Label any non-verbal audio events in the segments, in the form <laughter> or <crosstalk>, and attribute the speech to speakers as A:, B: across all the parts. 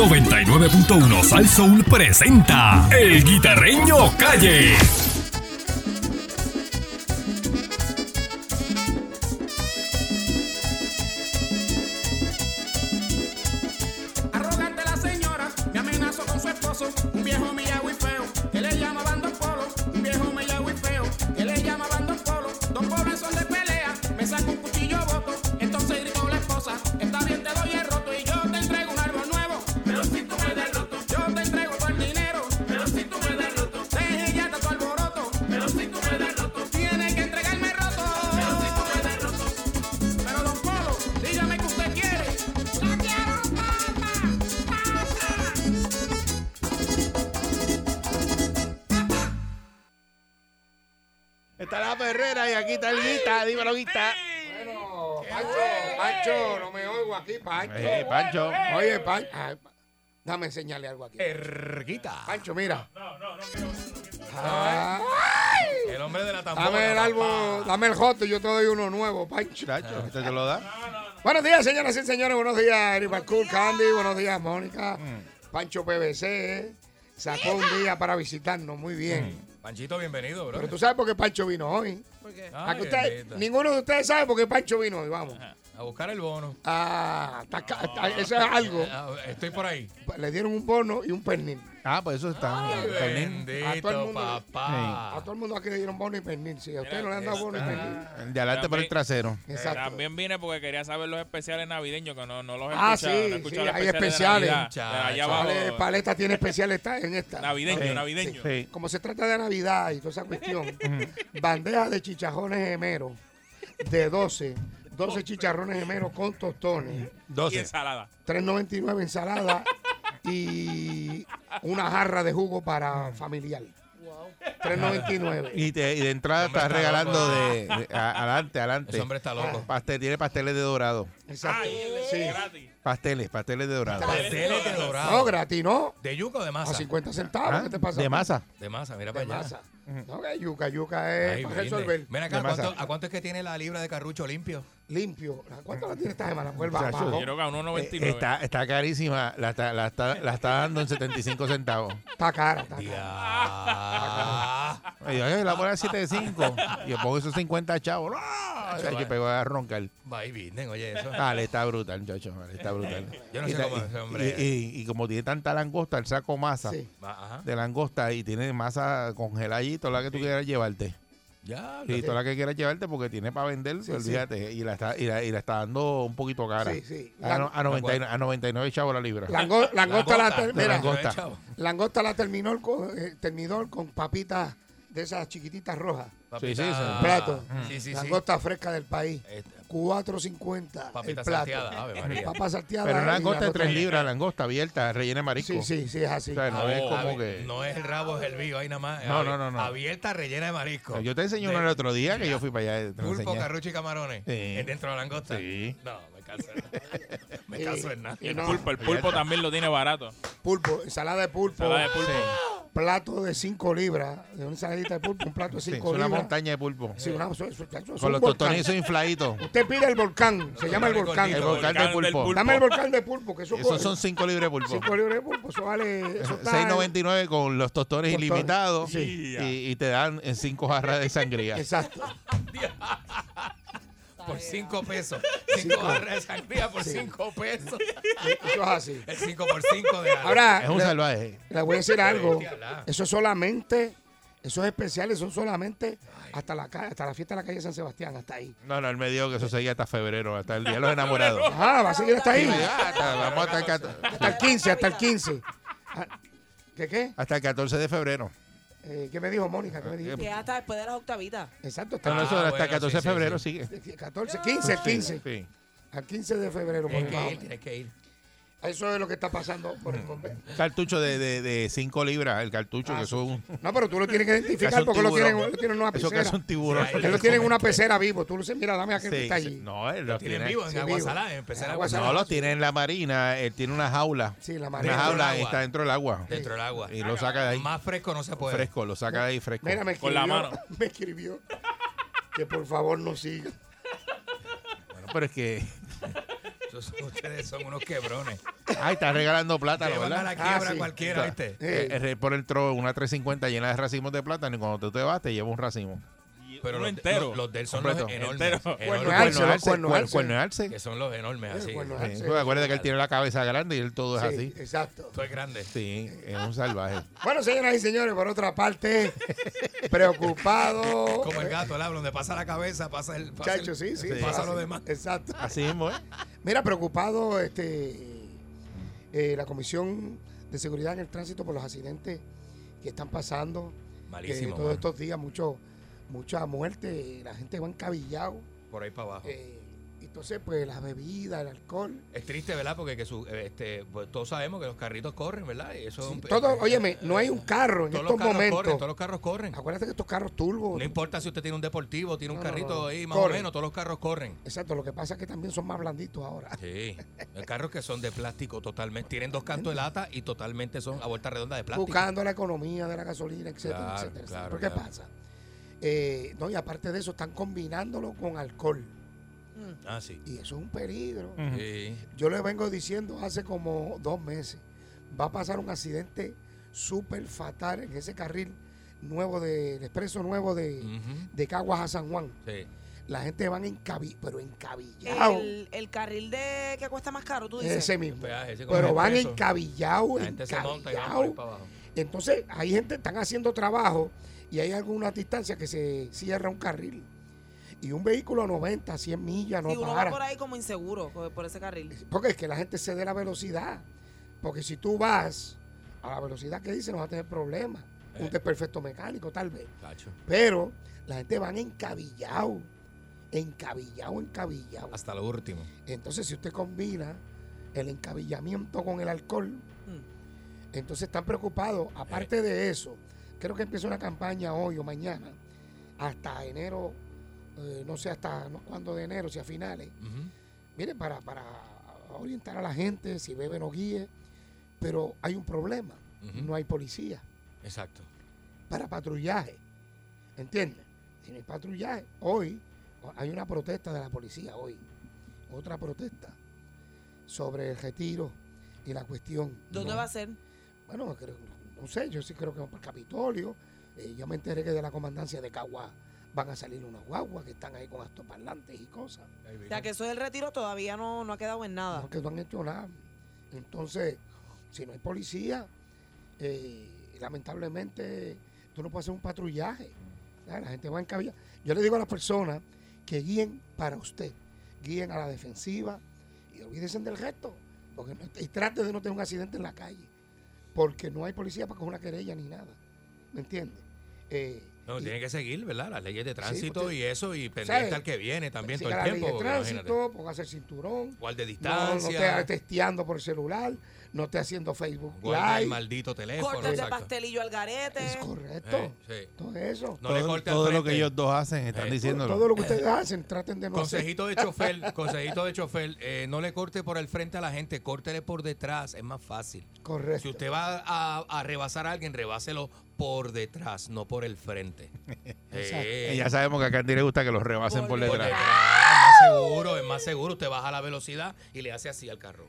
A: 99.1 Sal Soul presenta El Guitarreño Calle.
B: Arrogante la señora, me amenazó con su esposo, un viejo Miyagüi feo, que le llamaban Don Polo, un viejo Miyagüi feo, que le llamaban Don Polo, Don Polo en son de pelea, me sacó un cuchillo voto, entonces gritó la esposa, está bien te doy el roto y yo te entrego un árbol nuevo, pero si tú me das roto, yo te entrego todo el dinero, pero si tú me das roto, deje ya de tu alboroto, pero si tú me das roto, tienes que entregarme roto, pero si tú me das roto, pero Don Polo, dígame que usted quiere.
C: Yo quiero papa, papa.
D: Está la perrera y aquí está el guita, dímelo guita.
E: Bueno, Pancho, Pancho, no me oigo aquí, Pancho.
D: Eh, Pancho.
E: Oye, Pancho, dame enseñarle algo aquí.
D: Perguita.
E: Pancho, mira. Ah.
D: El hombre de la tambora.
E: Dame el álbum, dame el joto y yo te doy uno nuevo, Pancho.
D: Chacho, ¿este te lo da?
E: Buenos días, señoras y señores. Buenos días, Eric Cool Candy. Buenos días, Mónica.
D: Mm.
E: Pancho PVC eh. sacó un día para visitarnos. Muy bien.
D: Mm.
F: Panchito, bienvenido, bro.
E: Pero tú sabes por qué Pancho vino hoy.
G: Ah,
F: Ay,
E: Aquí usted-
F: bendito.
E: ninguno de ustedes sabe por qué Pancho vino hoy. Vamos.
F: A buscar el bono.
E: Ah, está ca- está- eso es algo.
F: Ah, Estoy por ahí.
E: Le dieron un bono y un pernil.
D: Ah, pues eso está. Fermín.
E: a todo el
F: Bendito,
E: mundo. A
G: Ah.
F: papá.
E: todo el mundo aquí le dieron bono y pernil. Si a usted no le han dado bono y pernil.
D: El de adelante por el trasero.
E: Exacto.
G: Eh, También vine porque quería saber los especiales navideños que no, no los he
E: Ah,
G: escuchado.
E: sí,
G: no he escuchado
E: sí,
G: los
E: hay
G: de Navidad.
D: especiales.
G: De allá abajo.
E: Vale, paleta tiene especial está en esta.
G: Navideño,
D: Sí,
G: navideño.
D: Sí.
E: Como se trata de Navidad y toda esa
G: <laughs>
E: cuestión, bandeja de chichajones gemeros de 12, 12 chicharrones gemeros con tostones,
G: Y
D: 12.
G: ensalada.
E: 3.99 ensalada y una jarra de jugo para familiar. 3.99.
D: Y, te- y de entrada
F: hombre
D: estás
F: está
D: regalando
F: loco.
D: de, de- a- adelante, adelante.
F: Ese hombre está loco.
D: Pastel, tiene pasteles de dorado.
E: Exacto. Sí.
G: Gratis.
D: Pasteles, pasteles de dorado.
F: Pasteles de
E: No,
F: dorado.
E: gratis, ¿no?
F: ¿De yuca o de
E: A
F: masa?
E: 50 centavos,
D: Ah,
E: ¿qué te pasa?
D: De masa. pues
F: De masa, mira
E: De
F: para
E: masa.
F: allá.
E: No, que yuca, yuca es
F: Ay,
E: para
F: brinde.
E: resolver.
F: Ven acá,
D: Eh, De
F: ¿a cuánto,
D: masa.
F: a cuánto es que tiene la libra de carrucho
D: <laughs>
F: limpio?
E: Limpio. ¿A ¿Cuánto la tiene esta semana? Pues va,
D: Chacho.
E: bajo.
G: Quiero que a
D: Eh,
G: 1.99.
D: Está, está carísima. La está, la, está, la está dando en 75 centavos.
E: Está cara, está cara.
F: Ya.
D: Y yo, "Ay, la pone a 7.5. Y yo pongo esos 50 chavos. ¡Ah! O sea, que pegó a roncar.
F: Va y vienen, oye, eso.
D: Dale, está brutal, muchacho. Dale, está brutal.
F: Yo no sé
D: ta-
F: cómo ese hombre-
D: y- y- y como tiene tanta langosta, él sacó masa
E: Sí.
F: Va, Ajá.
D: de langosta y tiene masa congelada allí, toda la que tú quieras llevarte.
F: Ya.
D: Y toda la que quieras llevarte porque tiene para vender,
E: Sí,
D: olvídate. Y, la está, y, la, y la está dando un poquito cara.
E: Sí, sí.
D: A, no- a,
F: Lang-
D: 99, a 99 chavos la libra.
E: Lango- langosta, la ter-
F: gota,
E: mira,
F: la gota,
D: langosta.
F: chavo.
E: langosta la terminó con, eh, terminó con papitas de esas chiquititas rojas.
D: Sí, sí,
F: Papita-
D: sí. Ah,
E: plato.
F: mm. Sí, sí, sí.
E: langosta fresca del país.
F: Este,
E: 4.50
F: Papita
E: el plato.
F: salteada, Ave
E: <laughs>
F: María.
E: Papa salteada.
D: Pero
E: y
D: una langosta de
E: langosta-
D: 3 libras, langosta abierta, rellena de marisco.
E: Sí, sí, sí, Ah, es así.
D: O sea, no es
F: Oh,
D: como
F: Javi,
D: que.
F: No es el rabo, es el vivo, ahí nada más.
D: No,
F: Abri-
D: no, no, no.
F: Abierta, rellena de marisco.
D: Yo te enseñé uno el otro día que yo fui para allá. te lo
F: Pulpo,
D: enseñé.
F: carrucho y camarones.
D: Sí.
F: ¿Es dentro de la langosta?
D: Sí.
F: No, me caso <laughs> en nada. Me caso en nada.
E: Y
G: El
E: no,
G: pulpo, Pues el pulpo también lo tiene barato.
E: pulpo, ensalada de pulpo.
G: Ensalada de pulpo.
E: Plato de 5 libras. De una ensaladita de pulpo, un plato de
D: Sí, es
E: 5
D: una
E: libras.
D: montaña de pulpo.
E: Sí, una- eso- eso- eso es
D: Con
E: un
D: los
E: volcán.
D: totonizos
E: <laughs>
D: infladitos.
E: Usted pide el volcán. Se llama el
F: totones
E: volcán.
D: El volcán de
F: gorditos.
G: Volcán del
D: pulpo.
G: pulpo.
E: Dame el volcán de pulpo, que eso
D: Esos son 5 libres de pulpo.
E: 5 libras de pulpo. Eso vale. Eso está-
D: 6.99 con los tostones
E: Tostones.
D: ilimitados
E: Sí.
D: y, y te dan en cinco jarras de sangría.
E: Exacto.
F: Por cinco
E: <laughs>
F: pesos. Cinco barras de sangría por cinco pesos.
E: Eso
F: <laughs>
E: es así.
F: El cinco por cinco de la-
E: Ahora,
D: Es un
E: le-
D: salvaje.
E: le voy a decir algo.
F: Bestialá.
E: Eso es solamente, esos especiales son solamente hasta la, ca- hasta la fiesta de la calle San Sebastián, hasta ahí.
D: No, no, él me dijo que eso seguía hasta febrero, hasta el día de los enamorados.
E: <laughs> Ajá, Ah, va a seguir hasta ahí.
D: Sí, ya, hasta- vamos hasta el, cat-
E: Hasta el 15, hasta el 15. Ah, ¿Qué qué?
D: hasta el 14 de febrero.
F: Ah,
E: Eh, ¿Qué me dijo Mónica? ¿Qué me dijo?
H: Que hasta después de las octavitas.
E: Exacto, hasta
D: No, no, eso
F: Ah,
D: hasta el
F: bueno,
D: 14 de
F: sí, sí,
D: febrero
F: sí.
D: sigue.
E: el 14, 15, el 15.
D: Sí.
E: Al 15 de febrero, por
F: Tienes
E: más o
F: que ir,
E: menos.
F: tienes que ir.
E: Eso es lo que está pasando por el convento.
D: Cartucho de, de, de 5 libras, el cartucho Mm. que son
E: No, pero tú lo tienes que identificar
D: casi un
E: Ah, porque lo tienen, lo
D: tiburón.
E: tienen en una
D: Eso
E: pecera.
D: casi un tiburón.
F: Sí,
E: Él lo tienen en una pecera vivo. Tú lo dices, mira, dame a aquel que
D: Sí,
E: está
D: sí.
E: allí.
D: No, él los
F: Tienen
D: tiene.
F: vivo en
E: sí,
F: agua
E: vivo.
F: salada, empezar
E: En
F: a
E: agua
F: pasar
E: salada.
D: No, los tiene en la marina. Él tiene una jaula.
E: Sí, la
D: Una
E: marina.
F: Dentro del
D: jaula y
F: agua.
D: está dentro del agua.
F: dentro del agua.
D: Y lo saca de ahí.
F: Más fresco no se puede.
D: Fresco, lo saca de ahí fresco.
E: Pues, Mira, me escribió,
G: Con la mano.
E: <laughs> me escribió que por favor no siga.
D: Bueno, pero es que. <laughs>
F: Eso Estos son- <laughs> ustedes son unos quebrones.
D: Ay, estás regalando plátano,
F: Te van a
D: ¿verdad?
F: la quiebra
E: Ah, sí.
F: cualquiera, ¿viste?
E: Eh,
D: Eh, re- por el tro, una 350 llena de racimos de plátano y cuando tú te vas te lleva un racimo.
F: Pero
G: Uno
F: los,
G: entero.
F: los, los de él son los
D: Completo.
F: enormes.
G: Entero.
F: enormes,
E: Cuerno Cuerno alce, alce, cuerno
D: cuer-
E: alce.
D: cuerno alce.
F: que son los enormes, así.
E: Eh, cuerno
D: Sí,
E: alce.
D: porque acuérdate que él tiene la cabeza grande y él todo es
E: sí,
D: Pues así.
E: Exacto.
F: Esto es grande.
D: Sí, es un salvaje.
E: Bueno, señoras y señores, por otra parte, preocupado.
F: Como el gato, el habla, donde pasa la cabeza, pasa el. Pasa
E: Chacho,
F: el-
E: sí, sí. Eh,
D: Sí.
F: Pasa
E: así,
F: lo demás.
E: Exacto.
D: Así mismo, ¿eh?
E: Mira, preocupado este, eh, la Comisión de Seguridad en el Tránsito por los accidentes que están pasando. que
F: Malísimo.
E: todos
F: mano.
E: estos días, mucho, mucha muerte, la gente va encabillado.
F: Por ahí para abajo.
E: eh, entonces, pues, las bebidas, el alcohol.
F: Es triste, ¿verdad? Porque que su- eh, este, pues, todos sabemos que los carritos corren, ¿verdad? Y eso es
E: Sí,
F: un-
E: todo,
F: eh,
E: óyeme, no hay un carro en
F: todos
E: estos
F: los carros corren,
E: momentos.
F: todos los carros corren.
E: Acuérdate que estos carros turbos.
F: No importa si usted tiene un deportivo, tiene un
E: No, no,
F: carrito
E: no, no.
F: ahí, más
E: Corren.
F: o menos, todos los carros corren.
E: Exacto, lo que pasa es que también son más blanditos
F: <laughs>
E: ahora.
F: Sí, hay carros que son de plástico totalmente, tienen dos cantos de lata y totalmente son a vuelta redonda de plástico.
E: Buscando la economía de la gasolina, etcétera,
F: Claro,
E: etcétera.
F: claro,
E: ¿Por qué
F: claro.
E: pasa? Eh, no, y aparte de eso, están combinándolo con alcohol.
F: Ah, sí.
E: Y eso es un peligro.
F: Sí.
E: Yo le vengo diciendo hace como dos meses, va a pasar un accidente súper fatal en ese carril nuevo del expreso nuevo de,
F: Ujú.
E: de Caguas a San Juan.
F: Sí.
E: La gente van encabi, pero encabillado.
H: El, el carril de que cuesta más caro, tú dices.
E: Ese mismo.
F: Peaje, ese como
E: Pero
F: el
E: van
F: expreso.
E: encabillados,
F: La gente se monta y va por ahí
E: encabillados.
F: para abajo.
E: Entonces, hay gente están haciendo trabajo y hay algunas distancias que se cierra un carril. Y un vehículo a 90, 100 millas no
H: y uno va por
E: para. Eh,
H: ahí como inseguro co- por ese carril.
E: Porque es que la gente cede la velocidad. Porque si tú vas a la velocidad que dice, no vas a tener problemas. Un
F: Eh.
E: desperfecto mecánico, tal vez.
F: Cacho.
E: Pero la gente van encabillado. Encabillado, encabillado.
F: Hasta lo último.
E: Entonces, si usted combina el encabillamiento con el alcohol,
F: Mm.
E: entonces están preocupados.
F: Eh.
E: Aparte de eso, creo que empieza una campaña hoy o mañana, hasta enero, eh, no sé hasta no, cuándo de enero, si a finales.
F: Ujú.
E: Mire, para, para orientar a la gente, si bebe no guíe, pero hay un problema,
F: Ujú.
E: no hay policía
F: Exacto.
E: para patrullaje. ¿Entiendes? Si no hay patrullaje, hoy o- hay una protesta de la policía, hoy. Otra protesta sobre el retiro y la cuestión.
H: ¿Dónde
E: No,
H: va a ser?
E: Bueno, creo- no sé, yo sí creo que van para el Capitolio. Eh, yo me enteré que de la comandancia de Caguá van a salir unas guaguas que están ahí con astroparlantes y cosas.
H: O sea, que eso del retiro todavía no, no ha quedado en nada.
E: Porque no han hecho nada. Entonces, si no hay policía, eh, lamentablemente tú no puedes hacer un patrullaje. ¿sabes? La gente va en cabilla. Yo le digo a las personas que guíen para usted, guíen a la defensiva y olvídense del resto. Porque no- y trate de no tener un accidente en la calle. Porque no hay policía para coger una querella ni nada. ¿Me entiendes? Eh,
F: No,
E: y-
F: tiene que seguir, ¿verdad? Las leyes de tránsito
E: porque-
F: y eso, y pendiente
E: ¿Sabes?
F: al que viene también todo
E: siga
F: el
E: la ley
F: tiempo.
E: de
F: porque imagínate.
E: tránsito, póngase el cinturón.
F: Guarde
E: No, este no
F: distancia.
E: esté testeando por celular, no esté haciendo Facebook
F: Guarda el
E: Live.
F: maldito teléfono.
H: Cortes de
F: exacto.
H: pastelillo al
E: Es
H: garete.
E: correcto.
F: Eh, Sí, sí.
E: Todo eso.
F: No le
D: todo
F: corte al
D: todo lo
F: frente.
D: que ellos dos hacen están
F: Eh.
D: diciéndolo.
E: Todo lo que ustedes hacen, traten de no hacer.
F: Consejito de chofer, <laughs> consejito de chofer, eh, no le corte por el frente a la gente, córtele por detrás, es más fácil.
E: Correcto.
F: Si usted va a, a rebasar a alguien, rebáselo por detrás, no por el
E: <laughs>
F: frente. Eh,
D: Eh, ya sabemos que a Candy le gusta que los rebasen por
H: Por
F: por detrás,
D: detrás.
F: es más seguro, es más seguro. Usted baja la velocidad y le hace así al carro.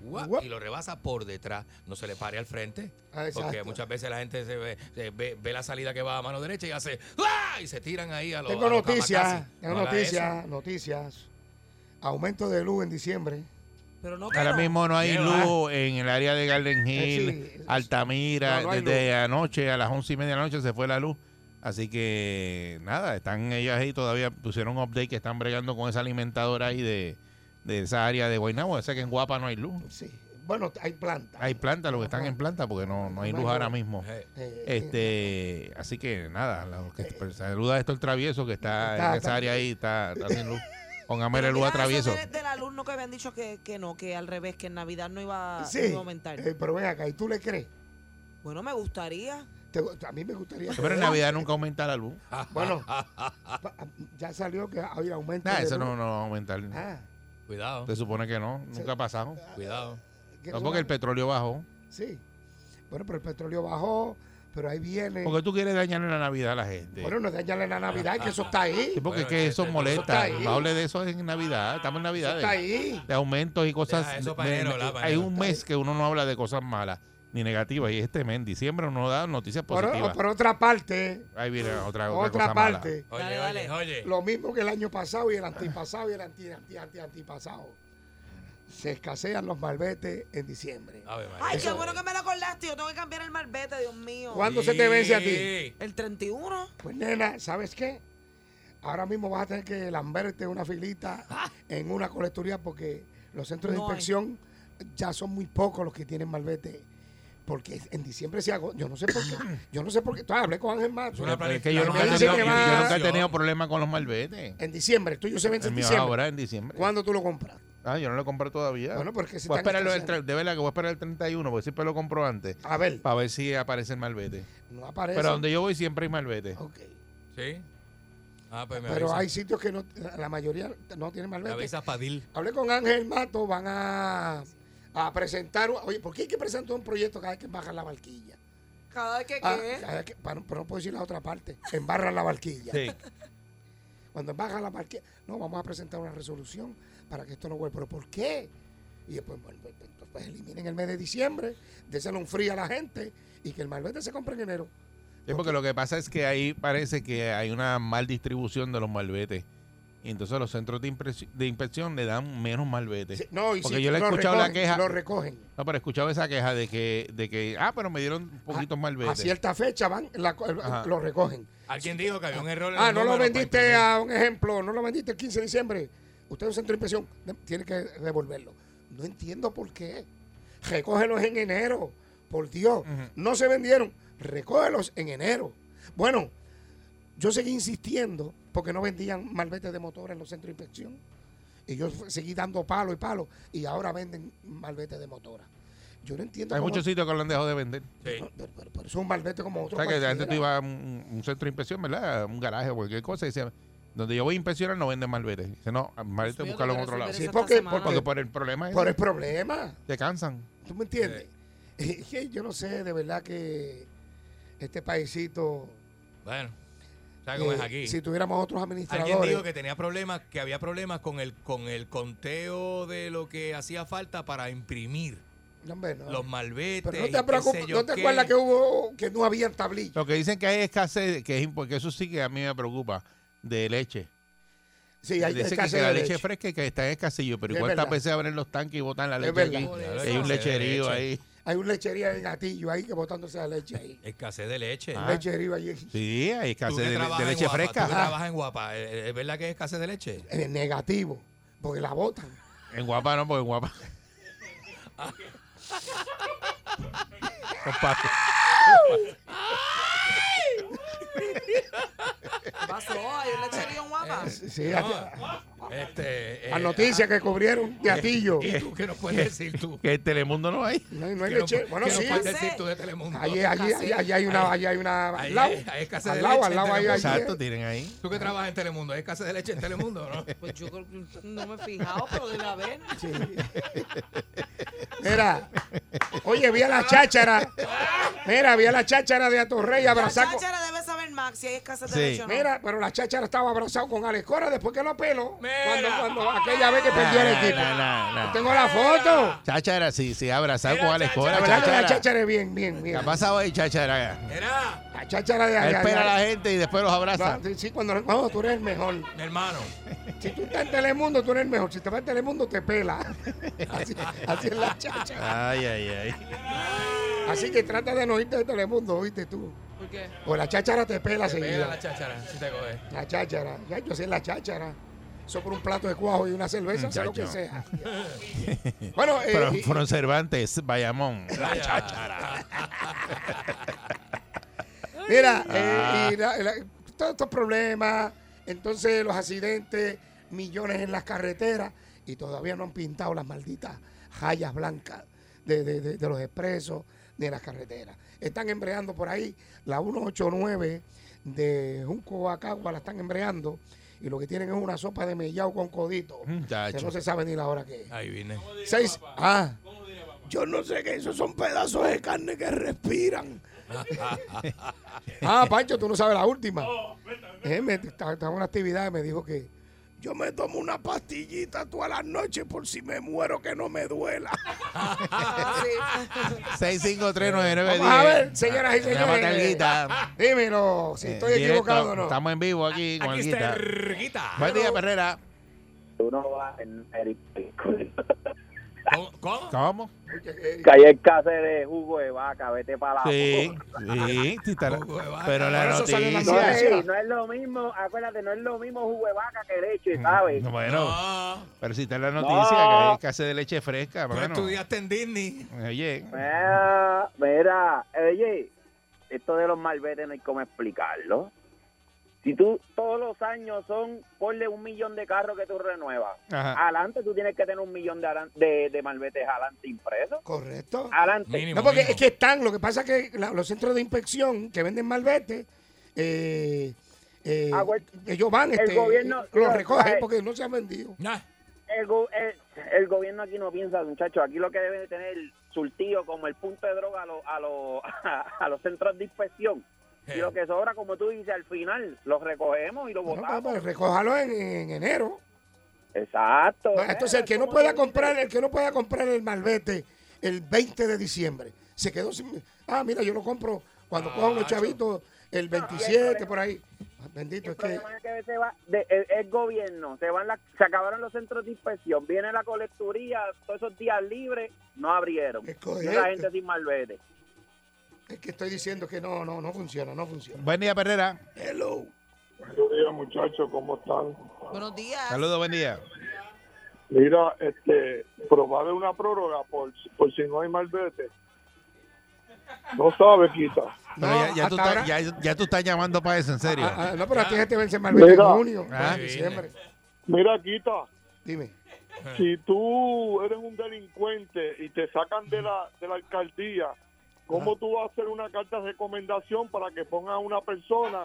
F: Guap,
E: Guap.
F: Y lo rebasa por detrás, no se le pare al frente.
E: Ah, exacto.
F: Porque muchas veces la gente se ve, se ve, ve la salida que va a mano derecha y hace ¡ah! y se tiran ahí a los
E: Tengo
F: a los
E: noticias,
F: kamikazes.
E: tengo
F: No haga eso.
E: noticias, noticias. Aumento de luz en diciembre.
H: Pero no
D: Ahora
H: queda.
D: mismo no hay
F: Lleva.
D: luz en el área de Garden Hill,
E: Eh, sí.
D: Altamira.
E: No, no hay
D: desde anoche a las once y media de la noche se fue la luz. Así que nada, están ellas ahí todavía. Pusieron un update que están bregando con esa alimentadora ahí de, de esa área de Guaynabo. O sea que en Guapa no hay luz.
E: Sí. Bueno, hay plantas.
D: Hay planta, los que están en planta, porque no, no hay luz ahora mismo.
F: Eh,
E: Eh,
D: Este, así que nada, los que- pues, saluda a esto el travieso que está,
E: Está-
D: en
E: está-
D: esa área ahí, está, está sin luz. Póngame
H: Pero
D: la luz
H: mira,
D: a
H: eso
D: travieso.
H: De, del alumno que habían dicho que, que no, que al revés, que en Navidad no iba, no
E: sí.
H: iba a Ah, aumentar.
E: eh, pero ven acá, ¿y tú le crees?
H: Bueno, me gustaría.
E: Te- a mí me gustaría.
D: Pero en Navidad nunca aumenta la luz.
E: Bueno, <laughs> pa- ya salió que hay aumento.
D: Nah,
E: de
D: eso
E: luz.
D: no, no va a aumentar.
E: Ah,
F: cuidado,
D: Se supone que no, nunca ha pasado.
F: cuidado.
E: que
D: No
E: eso
D: porque
E: no-
D: el petróleo bajó.
E: Sí. Bueno, pero el petróleo bajó, Pero ahí viene.
D: Porque tú quieres dañarle la Navidad a la gente.
E: Bueno, no es dañarle la Navidad, que eso está ahí.
D: Sí, porque es
F: Bueno,
D: que
F: este,
D: eso
F: eso
D: molesta.
E: está ahí.
D: No hable de eso en Navidad. Estamos en
E: Eso
D: Navidad.
E: está ahí.
D: de aumentos y cosas.
F: Deja eso
D: de-
F: pa' enero,
D: de-
F: la, pa'
D: hay
F: enero.
D: un mes que uno no habla de cosas malas ni negativas y este mes en diciembre uno da noticias
E: Por,
D: positivas.
E: por otra parte,
D: Ahí viene otra, otra,
E: otra,
D: cosa mala.
E: parte,
F: Oye,
H: Dale,
F: oye,
H: dale.
F: oye.
E: lo mismo que el año pasado y el antipasado y el anti, anti, anti, antipasado. Se escasean los malbetes en diciembre.
D: Ah,
F: Ave María.
H: Ay, qué
F: Eso-
H: bueno que me lo acordaste. Yo tengo que cambiar el malvete, Dios mío.
E: ¿Cuándo se te vence a ti?
F: Sí.
H: El 31.
E: Pues nena, ¿sabes qué? Ahora mismo vas a tener que lamberte una filita en una colecturía porque los centros
H: No
E: de
H: hay.
E: inspección ya son muy pocos los que tienen malvete. Porque en diciembre se hago, yo no sé por qué, yo no sé por qué. Todavía hablé con Ángel Matos.
F: Es una
D: Pero es que yo
E: Ahí
D: nunca, he
E: dice
D: tenido,
E: que
D: yo
E: va-
D: nunca he tenido problemas con los malbetes.
E: En diciembre, el tuyo se vence
D: El
E: en
D: mío
E: diciembre.
D: ahora en diciembre.
E: ¿Cuándo tú lo compras?
D: Ah, yo no lo compré todavía.
E: Bueno, porque si
D: voy a
E: están
D: esperarlo el,
E: escaseando.
D: tre- de verdad que voy a esperar el 31 porque siempre lo compro antes
E: A ver,
D: para ver si aparece el malvete.
E: no aparece.
D: Pero donde yo voy siempre hay malvete.
E: Ok.
F: Sí. Ah, pues me
E: Pero
F: avisa.
E: hay sitios que no, la mayoría no tienen
F: Me
E: malvete.
F: avisa Padil.
E: Hablé con Ángel Mato, van a, a presentar. Oye, ¿por qué hay que presentar un proyecto cada vez que bajan la barquilla?
H: Cada vez que
E: Ah,
H: qué.
E: cada vez que- para- pero no puedo decir la otra parte. Embarran la barquilla.
D: Sí.
E: Cuando embarran la barquilla, no, vamos a presentar una resolución para que esto no vuelva. ¿Pero por qué? Y después, bueno, pues, pues, pues, pues, eliminen el mes de diciembre, déselo un frío a la gente y que el malvete se compre en enero.
D: Sí, porque lo que pasa es que ahí parece que hay una mal distribución de los malbetes. Y entonces los centros de, impresi- de inspección le dan menos malbetes.
E: Sí, no, y
D: Porque
E: si
D: yo le he
E: lo
D: escuchado la
E: recogen,
D: queja.
E: Lo recogen.
D: No, pero he escuchado esa queja de que, de que ah, pero me dieron poquitos
E: A
D: malbetes.
E: cierta fecha van, la co-
D: Ajá.
E: lo recogen.
F: Alguien dijo que había un error. en pues,
E: Ah,
F: los
E: no lo
F: números para
E: vendiste
F: imprimir.
E: a un ejemplo, no lo vendiste el 15 de diciembre. Usted es un centro de impresión, de- tiene que devolverlo. No entiendo por qué. Recógelos en enero, por Dios. No se vendieron, recógelos en enero. Bueno, yo seguí insistiendo porque no vendían malvete de motor en los centros de inspección. Y yo fu- seguí dando palo y palo y ahora venden malvete de motora. Yo no entiendo
D: Hay
E: cómo-
D: muchos sitios que lo han dejado de vender.
F: Sí.
E: no, pero, pero- pero es un malvete como
D: O
E: otro.
D: sea, que antes
E: cualquiera.
D: tú ibas a un, un centro de inspección, ¿verdad? A Un garaje o cualquier cosa. Y decía, donde yo voy a inspeccionar no venden malbetes. Dice, no, malvete
H: Dios mío,
D: buscarlo
H: tengo
D: en
H: que
D: otro lado.
H: resolver
E: Sí,
H: eso esta
E: porque-
H: semana.
D: Porque por el problema es,
E: Pero el problema.
D: te cansan.
E: ¿Tú me entiendes? <laughs> Que Yo no sé, de verdad que este paisito.
F: Bueno. ¿Sabes cómo es
E: eh,
F: aquí?
E: Si tuviéramos otros
F: Alguien dijo
E: administradores.
F: que tenía problemas, que había problemas con el con el conteo de lo que hacía falta para imprimir
E: No, hombre, no.
F: los malbetes.
E: Ah. Pero no
F: y
E: te
F: qué
E: preocupes,
F: sé yo
E: ¿no te
F: qué.
E: acuerdas que hubo que no había tablillas?
D: Lo que dicen que hay escasez, que es porque eso sí que a mí me preocupa, de leche.
E: Sí, hay
D: Dice que,
E: escasez
D: la
E: de
D: leche,
E: leche.
D: fresca y que está en escasillo, pero
E: Es
D: ¿cuántas
E: verdad.
D: veces abren los tanques y botan la
E: Es
D: leche
E: verdad.
D: aquí?
F: Claro,
D: Hay un
F: escasez de
D: lecherío
F: leche.
D: ahí.
E: Hay una lechería de gatillo ahí que botándose la leche ahí.
F: Escasez de leche.
D: Ah,
E: Lechería ahí.
D: Sí, hay
F: Tú
D: escasez
F: que
D: de, le-
F: trabajas
D: de
F: en
D: leche
F: Guapa,
D: fresca. Ah.
F: Tú que
D: Ajá.
F: trabajas en Guapa. ¿Es es verdad que es escasez de leche?
E: eh, negativo. Porque la botan.
D: <laughs> En guapa no, porque en
F: <laughs>
D: guapa. Compadre.
H: ¿Qué pasó? Hay una
E: <laughs>
H: lechería en guapa.
E: Sí, la-
F: Este,
E: las
F: eh, ah,
E: noticias que cubrieron gatillo.
F: ¿Y tú qué nos puedes decir tú?
D: Que en Telemundo no hay.
E: No, hay- no hay
F: ¿Qué nos-
E: leche. Bueno,
F: qué nos
E: sí.
F: puedes
H: Sí.
F: decir tú de Telemundo?
E: Allí, allí, allí, allí hay una. Allí hay una.
F: Ahí
E: Al lado,
F: hay- hay escasez de
E: al lado,
F: leche
E: al lado
F: entre
E: hay-
F: los-
E: hay-
D: Exacto, tienen
E: <laughs>
D: ahí.
F: Tú que trabajas en Telemundo, ¿hay escasez de leche en Telemundo no?
H: Pues yo creo que no me he fijado, pero debe haber.
E: Sí. Mira, oye, vi a la cháchara. Mira, vi a la cháchara de Atorrey
H: La
E: abrazado. con-
H: cháchara debe saber Max si hay escasez de
D: Sí.
H: leche o no.
E: Mira, pero la cháchara estaba abrazado con Alex Cora después que lo peló.
F: Mira.
E: Cuando, cuando aquella vez que perdió el
D: Nah,
E: equipo.
D: nah, nah, nah.
E: Yo Tengo la foto.
D: Cháchara, sí, sí, abrazado
F: Mira,
D: con Alex
F: cháchara.
D: Cora.
E: La verdad que la
D: cháchara.
E: cháchara es bien, bien, bien.
D: ¿Qué ha pasado ahí, cháchara?
F: Era,
E: La cháchara de
D: Él
E: allá.
D: Espera a la gente y después los abraza.
E: Sí, cuando no, tú eres el mejor.
F: mi hermano.
E: Si tú estás en Telemundo, tú eres el mejor. Si te vas en Telemundo,
D: <laughs>
E: te pela. Así, así es la cháchara.
D: Ay, ay, ay.
E: Así que trata de no irte de Telemundo, oíste tú.
H: ¿Por qué?
E: O la cháchara te
F: Pega
E: pela
F: la
E: seguida.
F: cháchara, si te coge.
E: La cháchara. Ya, yo sé la cháchara. Eso por un plato de cuajo y una cerveza, sea lo que
D: Muchacho.
E: sea. bueno, eh,
D: Pero
E: y-
D: fueron Cervantes, Bayamón.
F: La cháchara.
E: mira, eh, y la- la- todos estos problemas, entonces los accidentes, millones en las carreteras y todavía no han pintado las malditas rayas blancas de, de- de- de los expresos ni de las carreteras. Están embreando por ahí la 189 de Junco a Cagua, la están embreando y lo que tienen es una sopa de mellao con codito. que
D: Muchacho.
E: no se sabe ni la hora que es.
F: Ahí vine.
E: Seis. Ah. Yo no sé qué, esos son pedazos de carne que respiran. ah, Pancho, tú no sabes la última. Eh, me- Estaba estaba en una actividad y me dijo que yo me tomo una pastillita todas las noches por si me muero que no me duela.
H: Sí.
D: 6539910.
E: <laughs> Vamos a ver, señoras y señores.
D: Llámate al Guita.
E: Dímelo, si
D: Eh,
E: estoy
D: directo,
E: equivocado o no.
D: Estamos en vivo aquí con el
F: Aquí
D: Guita.
F: está Erguita.
D: Buen día, Perrera.
I: Uno va en
F: ¿Cómo? cómo?
D: ¿Cómo?
I: Calle Cáceres, jugo de vaca, vete para la
D: Sí, sí, sí, está- pero la
E: Por eso salió la
I: No
D: noticia.
E: noticia.
I: es, no es lo mismo, acuérdate, no es lo mismo jugo de vaca que leche, ¿sabes?
D: No, Bueno,
F: Ah,
D: pero si está la noticia,
I: No.
D: que hay que hacer de leche fresca,
F: tú
D: mano.
F: estudiaste en Disney.
D: Oye,
I: Mira, Pues, mira, oye, esto de los malbetes no hay cómo explicarlo. Si tú todos los años son, ponle un millón de carros que tú renuevas.
E: Ah.
D: ajá.
I: Adelante tú tienes que tener un millón de, alan- de, de malbetes adelante impresos.
E: Correcto.
I: Adelante.
F: Mínimo,
E: No, porque
F: mínimo.
E: es que están, lo que pasa es que la- los centros de inspección que venden malvete, eh, eh,
I: Ah, bueno.
E: ellos van,
I: El
E: este,
I: gobierno-
E: los recogen
I: eh,
E: porque no se han vendido.
F: Nah.
I: El, go- el, el gobierno aquí no piensa, muchachos. Aquí lo que debe de tener surtido como el punto de droga a, los a, los <laughs> a los centros de inspección. Y lo que sobra, como tú dices, al final los recogemos y los
E: Bueno,
I: botamos.
E: pues, recójalo en, en enero.
I: Exacto.
E: No, Entonces el que no
I: Como
E: pueda
I: tú dices,
E: comprar, el que no pueda comprar el malvete el 20 de diciembre, se quedó sin. Ah, mira, yo lo compro cuando cojan los chavitos el 27 por ahí. Ah, Bendito,
I: El
E: es que
I: problema es que se va de- el, el gobierno, se van las- se acabaron los centros de inspección, viene la colecturía, todos esos días libres no abrieron.
E: Es
I: Y
E: correcto.
I: la gente sin malvete.
E: es que estoy diciendo que no, no, no funciona, no funciona.
D: Buen día, Perrera.
E: Hello.
J: Buenos días, muchachos, ¿cómo están?
H: Buenos días.
D: Saludos, buen día.
J: Mira, este, probar una prórroga por, por si no hay malvete. No sabe, quita.
D: Pero
E: No,
D: ya, ya tú
E: hasta
D: estás, ya, ya tú estás llamando para eso, en serio.
E: Ah, ah, no, pero a ti se te vence el malvete en
J: Mira.
E: junio,
D: Ah.
E: en diciembre.
J: Mira, quita,
E: Dime.
J: si tú eres un delincuente y te sacan de la, de la alcaldía, ¿cómo tú vas a hacer una carta de recomendación para que ponga a una persona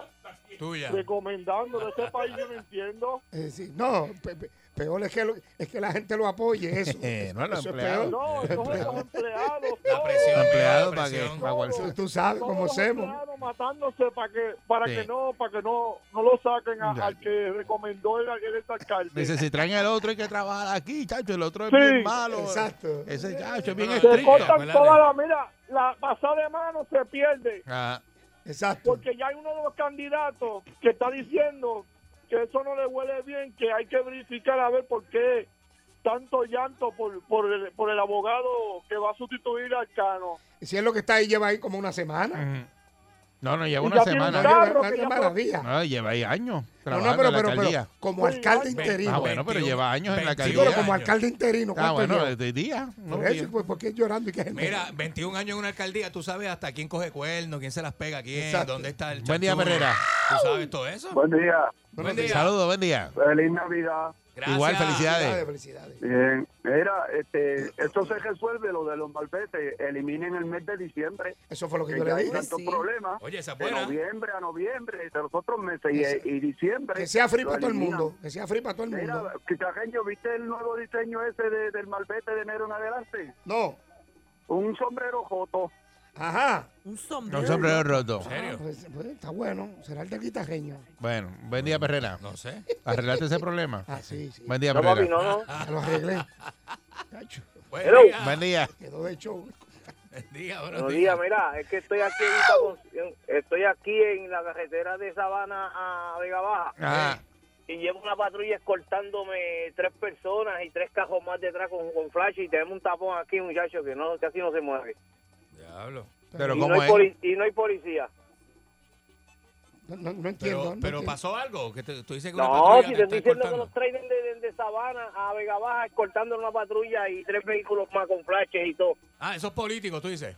F: Tuya.
J: recomendando? De este país yo no entiendo.
E: Es decir, no, pe- pe- peor es que, lo- es que la gente lo apoye, eso.
D: Eh, <laughs> no, los
E: Eso es
D: empleados.
E: peor.
J: No, todos los empleados,
F: La
J: todos,
F: presión.
D: Empleado
F: la
D: para que
F: presión.
D: para
E: Tú,
D: guardar-
E: tú sabes
J: todos
E: cómo
J: los
E: hacemos.
J: empleados matándose para que, para
D: Sí.
J: que no, para que no, no lo saquen a-
D: Ya.
J: al que recomendó el, el alcalde.
D: Dice, si traen al otro hay que trabajar aquí, chacho, el otro es
J: Sí.
D: bien malo.
E: Exacto.
D: Ese chacho es bien
F: Se
J: Se
D: estricto.
F: corta.
J: cortan
F: Acuérdate.
J: toda la, mira, la pasada de mano se pierde,
D: Ah,
E: Exacto.
J: porque ya hay uno de los candidatos que está diciendo que eso no le huele bien, que hay que verificar a ver por qué tanto llanto por, por, el, por el abogado que va a sustituir al Cano.
E: Si es lo que está ahí, lleva ahí como una semana.
D: ujú. mm. no, Ah, no, lleva
J: Y
D: una
J: ya tiene
E: No,
J: un
D: semana.
J: carro.
E: lleva, no
J: que ya
E: lleva
J: pro-
E: la vía.
D: No, lleva ahí años
E: No,
D: trabajando
E: no, pero,
D: en la
E: pero,
D: alcaldía.
E: pero como alcalde
J: Ve-
E: interino.
D: Ah, bueno, pero
F: 21,
D: lleva años en la
F: 22
E: Sí,
D: alcaldía.
E: pero como
F: años.
E: alcalde interino,
D: Ah,
E: ¿cuánto
D: bueno,
E: lleva?
D: de día. ¿no?
E: Por eso, pues, ¿por qué llorando y qué gente?
F: Mira, 21 años en una alcaldía, tú sabes hasta quién coge cuernos, quién se las pega a quién,
E: Exacto.
F: dónde está el
D: Buen día,
F: chanchullo.
D: Herrera.
F: ¿Tú sabes todo eso?
J: Buen día,
F: Buen
E: Bueno,
F: día.
D: Saludos, buen día.
J: feliz Navidad.
F: Gracias.
D: Igual, felicidades.
E: Felicidades, felicidades.
J: Bien, mira, este, esto se resuelve lo de los malbetes, eliminen el mes de diciembre,
E: Eso fue lo que
J: que
E: Pues yo
J: ya
E: le
J: hay
E: dije.
H: tanto
J: tantos
H: Sí.
J: problemas,
F: Oye, esa es
J: de
F: buena.
J: noviembre a noviembre, de los otros meses y, y diciembre.
E: Que sea free
J: lo
E: para todo el
J: eliminan.
E: mundo. Que sea free para todo el mundo.
J: Mira, Quitarreño, ¿viste el nuevo diseño ese de- del malvete de enero en adelante?
E: No.
J: Un sombrero joto.
E: Ajá.
H: Un sombrero.
D: Un sombrero roto.
F: ¿En serio?
E: Ah, pues, pues, está bueno. Será el del guitarreño.
D: Bueno, buen día, Perrera.
F: No sé.
D: Arreglate ese problema.
E: Ah, sí, sí.
D: Buen día,
I: No, papi,
D: Perrera.
I: no,
E: <laughs>
I: no.
E: Ya lo arreglé. Cacho,
F: Buen
I: Hello.
F: día.
D: Buen día.
E: quedó de show.
F: Buen día, buenos
I: Buenos
F: días.
I: días, mira, es que estoy aquí, en Ita- estoy aquí en la carretera de Sabana a Vega Baja.
D: Ajá.
I: y llevo una patrulla escoltándome tres personas y tres cajos más detrás con, con flash y tenemos un tapón aquí, muchachos, que no casi no se mueve.
F: Diablo.
D: Pero
I: y, no
D: como
I: hay
D: es.
I: poli- y no hay policía.
E: No, no- no entiendo.
F: Pero,
E: no
F: pero
E: entiendo.
F: pasó algo, que te- tú dices que una
I: No,
F: patrulla
I: si
F: te está
I: te estoy diciendo que
F: escoltando.
I: los traen de, de- de Sabana a Vega Baja escoltando una patrulla y tres vehículos más con flashes y todo.
F: Ah, eso es político, tú dices.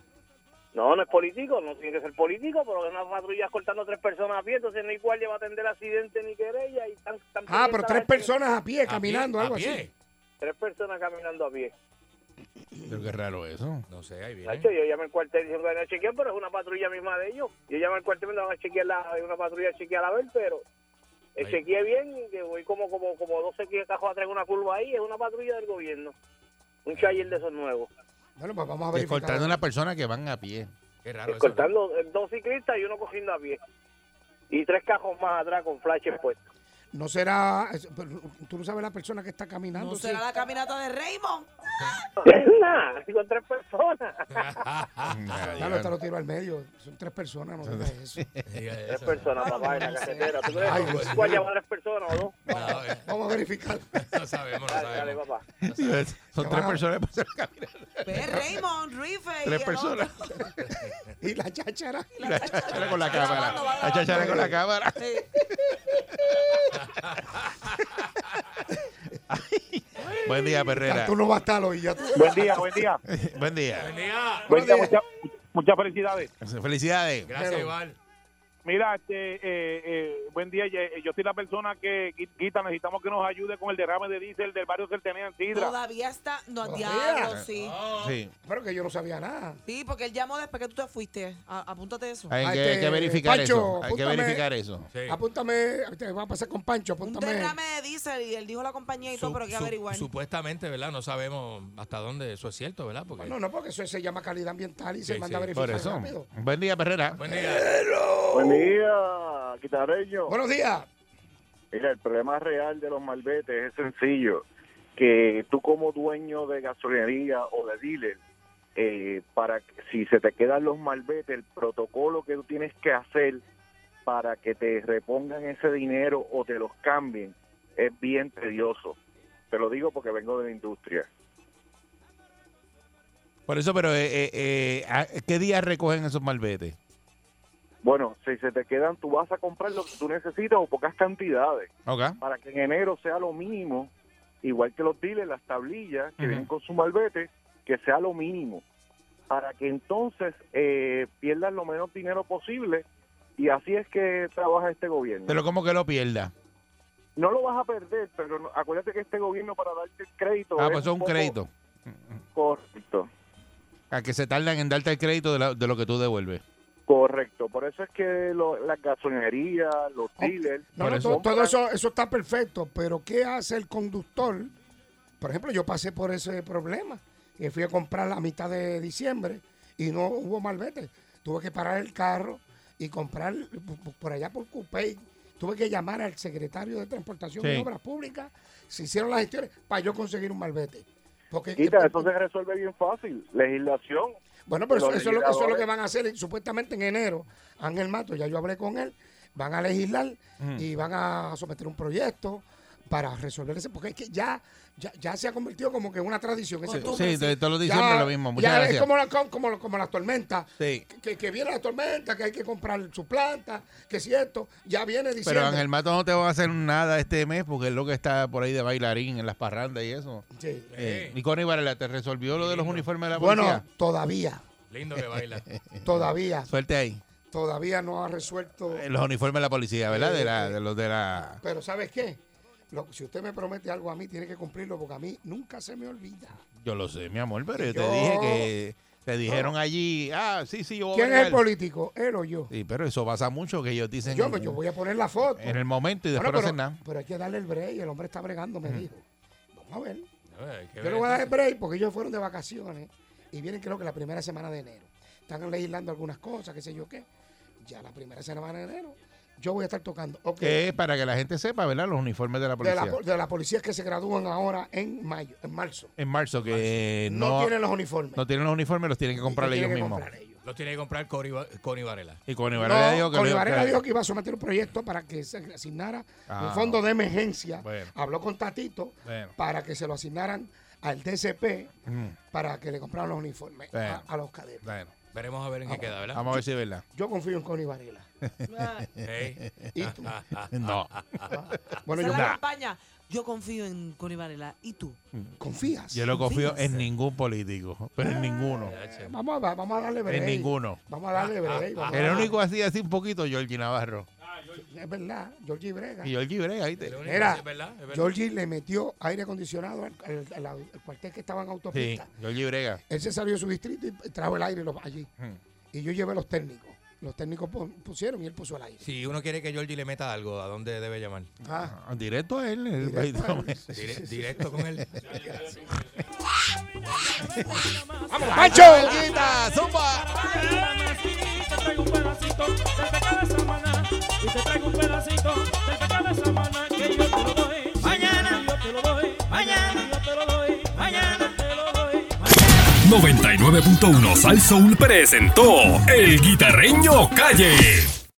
I: No, no es político, no tiene que ser político, pero es una patrulla escoltando tres personas a pie, entonces no igual lleva a atender accidente ni querella y tan, tan
E: Ah, pero
I: pendiente a
E: tres
I: la-
E: personas a pie,
F: A
E: caminando,
F: pie,
E: algo
F: a pie.
E: así.
I: Tres personas caminando a pie.
D: Pero qué raro eso.
F: No sé, ahí viene.
I: Nacho, yo llamé al cuartel diciendo que no chequear, pero es una patrulla misma de ellos. Yo llamé al cuartel y me van a chequear la, hay una patrulla a chequear a ver, pero eh,
F: Ahí.
I: chequeé bien y que voy como, como,
F: Ah,
I: como 12 que cajos atrás en una curva ahí, es una patrulla del gobierno. Un chayer de esos nuevos.
E: Bueno, pues vamos a ver.
D: Descortando a una persona que van a pie.
F: Qué raro eso. <laughs> ¿no?
I: Cortando eh, dos ciclistas y uno cogiendo a pie. Y tres cajos más atrás con flashes
F: <laughs>
I: puestos.
E: No será. es- pero Tú no sabes la persona que está caminando.
H: No
E: sí.
H: será la caminata de Raymond.
I: Nada, con tres
F: <laughs>
I: personas.
D: Ah,
E: Claro,
D: <laughs>
E: te lo tiro al medio. Son tres personas, no digas eso.
F: Diga
I: Tres
F: eso.
I: personas, papá, en la carretera. ¿Tú crees
E: Ay,
I: que
E: Dios
I: tú vas a llevar a tres personas o dos?
F: No, eh, <laughs>
E: Vamos a verificar. <laughs>
F: no sabemos, no
I: Dale, dale,
F: sabemos.
I: papá.
D: Son tres personas que pasan caminando.
H: Ve Raymond, Rife. y
D: Tres
H: el
D: personas. <laughs>
H: otro.
E: Y la cháchara.
H: Y
D: La chachara con la cámara.
H: grabando, va
D: La chachara con la cámara.
H: Sí.
D: Buen día, Perrera.
E: Tú no vas a estar hoy. Ya tú-
J: Buen día, buen <laughs> día.
D: <laughs> Buen día.
F: Venía.
J: Buen día,
E: Buenos días.
J: mucha- muchas felicidades.
D: Felicidades.
F: Gracias, Iván.
J: Mira, este, eh, eh, buen día. Yo, yo soy la persona que, Gui- Guita, necesitamos que nos ayude con el derrame de diésel del barrio que tenía en Sidra.
H: Todavía está. No,
E: Todavía.
H: diablo, sí.
D: Sí.
E: Pero que yo no sabía nada.
H: Sí, porque él llamó después que tú te fuiste. A- apúntate eso.
D: Hay
E: Ay,
D: que,
E: que-
D: hay que verificar
E: Pancho,
D: eso. Hay que
E: apúntame.
D: verificar eso.
F: Sí.
E: Apúntame. Te va a pasar con Pancho.
H: Un
E: Apúntame.
H: derrame de diésel y él dijo la compañía y todo,
F: Sup-
H: pero hay que
F: sup-
H: averiguar.
F: Supuestamente, ¿verdad? No sabemos hasta dónde eso es cierto, ¿verdad? Porque...
E: No, no, porque eso se llama calidad ambiental y se
F: Sí,
E: manda a
F: sí,
E: verificar
D: Por eso.
E: rápido.
D: Buen día, Perrera.
F: Buen día.
E: Oh.
J: Buen día, guitarreño.
E: Buenos días.
J: Mira, el problema real de los malbetes es sencillo, que tú como dueño de gasolinería o de dealer, eh, para que- si se te quedan los malbetes, el protocolo que tú tienes que hacer para que te repongan ese dinero o te los cambien es bien tedioso. Te lo digo porque vengo de la industria.
D: Por eso, pero eh, eh, eh, ¿a- ¿qué días recogen esos malbetes?
J: Bueno, si se te quedan, tú vas a comprar lo que tú necesitas o pocas cantidades.
D: Ok.
J: para que en enero sea lo mínimo, igual que los dealers, las tablillas que
D: Ujú.
J: vienen con su malvete, que sea lo mínimo, para que entonces eh, pierdan lo menos dinero posible y así es que trabaja este gobierno.
D: Pero como que lo pierda.
J: no lo vas a perder, pero no- acuérdate que este gobierno para darte el crédito...
D: Ah,
J: es
D: pues eso es un
J: poco
D: crédito.
J: Correcto,
D: A que se tardan en darte el crédito de, la- de lo que tú devuelves.
J: correcto. Por eso es que lo- las gasolinerías, los dealers...
E: No,
D: Por
E: no,
D: eso.
E: todo, todo eso, eso está perfecto, pero ¿qué hace el conductor? Por ejemplo, yo pasé por ese problema. Y fui a comprar la mitad de diciembre y no hubo malvete. Tuve que parar el carro y comprar p- p- por allá por Coupey. Tuve que llamar al secretario de Transportación
D: Sí.
E: y Obras Públicas. Se hicieron las gestiones para yo conseguir un malvete. Porque,
J: Quita,
D: Eh,
J: eso se resuelve bien fácil. Legislación,
E: Bueno, pero eso,
J: Los
E: eso es lo, eso es lo que
J: legisladores.
E: van a hacer y supuestamente en enero. Ángel Mato, ya yo hablé con él, van a legislar
D: Mm.
E: y van a someter un proyecto para resolver ese, porque es que ya, ya, ya se ha convertido como que en una tradición. ese tema.
D: Pues Sí, de- todos los
E: Ya-
D: diciembre lo mismo. Muchas
E: ya es
D: gracias.
E: como, la, como, como, como las tormentas,
D: Sí.
E: que, que, que viene la tormenta, que hay que comprar su planta, que si esto, ya viene diciendo.
D: Pero Ángel Mato no te va a hacer nada este mes porque es lo que está por ahí de bailarín en las parrandas y eso.
E: Sí.
D: Eh, y Connie Varela, ¿te resolvió lo de los uniformes de la policía?
E: Bueno, todavía,
F: Lindo que baila.
E: todavía,
D: Suerte ahí.
E: todavía no ha resuelto.
D: Eh, Los uniformes de la policía, ¿verdad? De, la, de los de la...
E: Pero ¿sabes qué? Lo- si usted me promete algo a mí, tiene que cumplirlo porque a mí nunca se me olvida.
D: Yo lo sé, mi amor, pero yo te
E: Yo-
D: dije que... Te dijeron allí, ah, sí, sí, yo voy a
E: ¿Quién es el
D: bailar.
E: político? Él o yo.
D: Sí, pero eso pasa mucho que ellos dicen
E: Yo, yo voy a poner la foto.
D: en el momento y después
E: Bueno,
D: no
E: pero,
D: hacen nada.
E: pero hay que darle el break. El hombre está bregando, me dijo. Vamos a ver.
F: Ay, qué
E: Yo le voy a dar el
F: bien.
E: break porque ellos fueron de vacaciones y vienen creo que la primera semana de enero. Están legislando algunas cosas, qué sé yo qué. Ya la primera semana de enero yo voy a estar tocando. Ok.
D: Que es para que la gente sepa, ¿verdad? Los uniformes de la
E: De
D: policía.
E: la, po- de las policías que se gradúan ahora en mayo, en marzo.
D: en marzo, que
E: No,
D: no,
E: tienen los uniformes.
D: no tienen los uniformes, los tienen que comprar
E: Y
D: ellos
E: tienen que
D: mismos.
E: comprar ellos.
F: Los tiene que comprar Connie Va- Connie Varela.
D: Y con Ibarra
E: No,
D: dijo que...
E: Connie
D: lo-
E: Varela
D: que-
E: dijo que iba a someter un proyecto para que se le asignara
D: Ah,
E: un fondo de emergencia.
D: bueno.
E: Habló con Tatito
D: Bueno.
E: para que se lo asignaran al DCP
D: Mm,
E: para que le compraran los uniformes
D: Bueno.
E: a, a los cadetes.
D: bueno,
F: Veremos a ver
H: Ah,
F: en qué queda, ¿verdad?
D: vamos a ver si es verdad.
E: Yo confío en Connie Varela.
F: Ey.
H: ah.
E: ¿Y
D: <laughs>
E: tú? Ah.
D: No.
E: Bueno,
H: Esa
E: yo
H: es la campaña. Yo confío en Connie Varela. ¿Y tú?
E: confías.
D: Yo no confío en ningún político, pero en ninguno.
E: Vamos a, va- vamos a darle break.
D: En ninguno.
E: Vamos a darle break. vamos a
D: El
E: darle-
D: único así, así un poquito, Georgie Navarro.
E: Es verdad, Georgie Brega.
D: Y Georgie Brega, ¿viste?
F: El único-
E: Era,
F: es verdad, es verdad.
E: Georgie le metió aire acondicionado al, al- al- al cuartel que estaba en
D: Sí,
E: autopista.
D: Georgie Brega.
E: Él se salió de su distrito y trajo el aire los- allí.
D: Mm.
E: Y yo llevé los técnicos. los técnicos pon- pusieron y él puso al aire.
F: Si uno quiere que Georgie le meta algo, ¿a dónde debe llamar?
E: Ah,
D: Directo a él. el-
E: directo a él. Sí,
F: Dire-
E: sí, sí.
F: directo con él.
E: ¡Pancho!
F: ¡Quita! ¡Zumba!
B: Te traigo un pedacito del pecado de semana y te traigo un pedacito del pecado de semana que yo te lo doy mañana, yo te lo doy mañana, yo te lo doy mañana, te lo doy.
A: 99.1 Sal Soul presentó El Guitarreño Calle.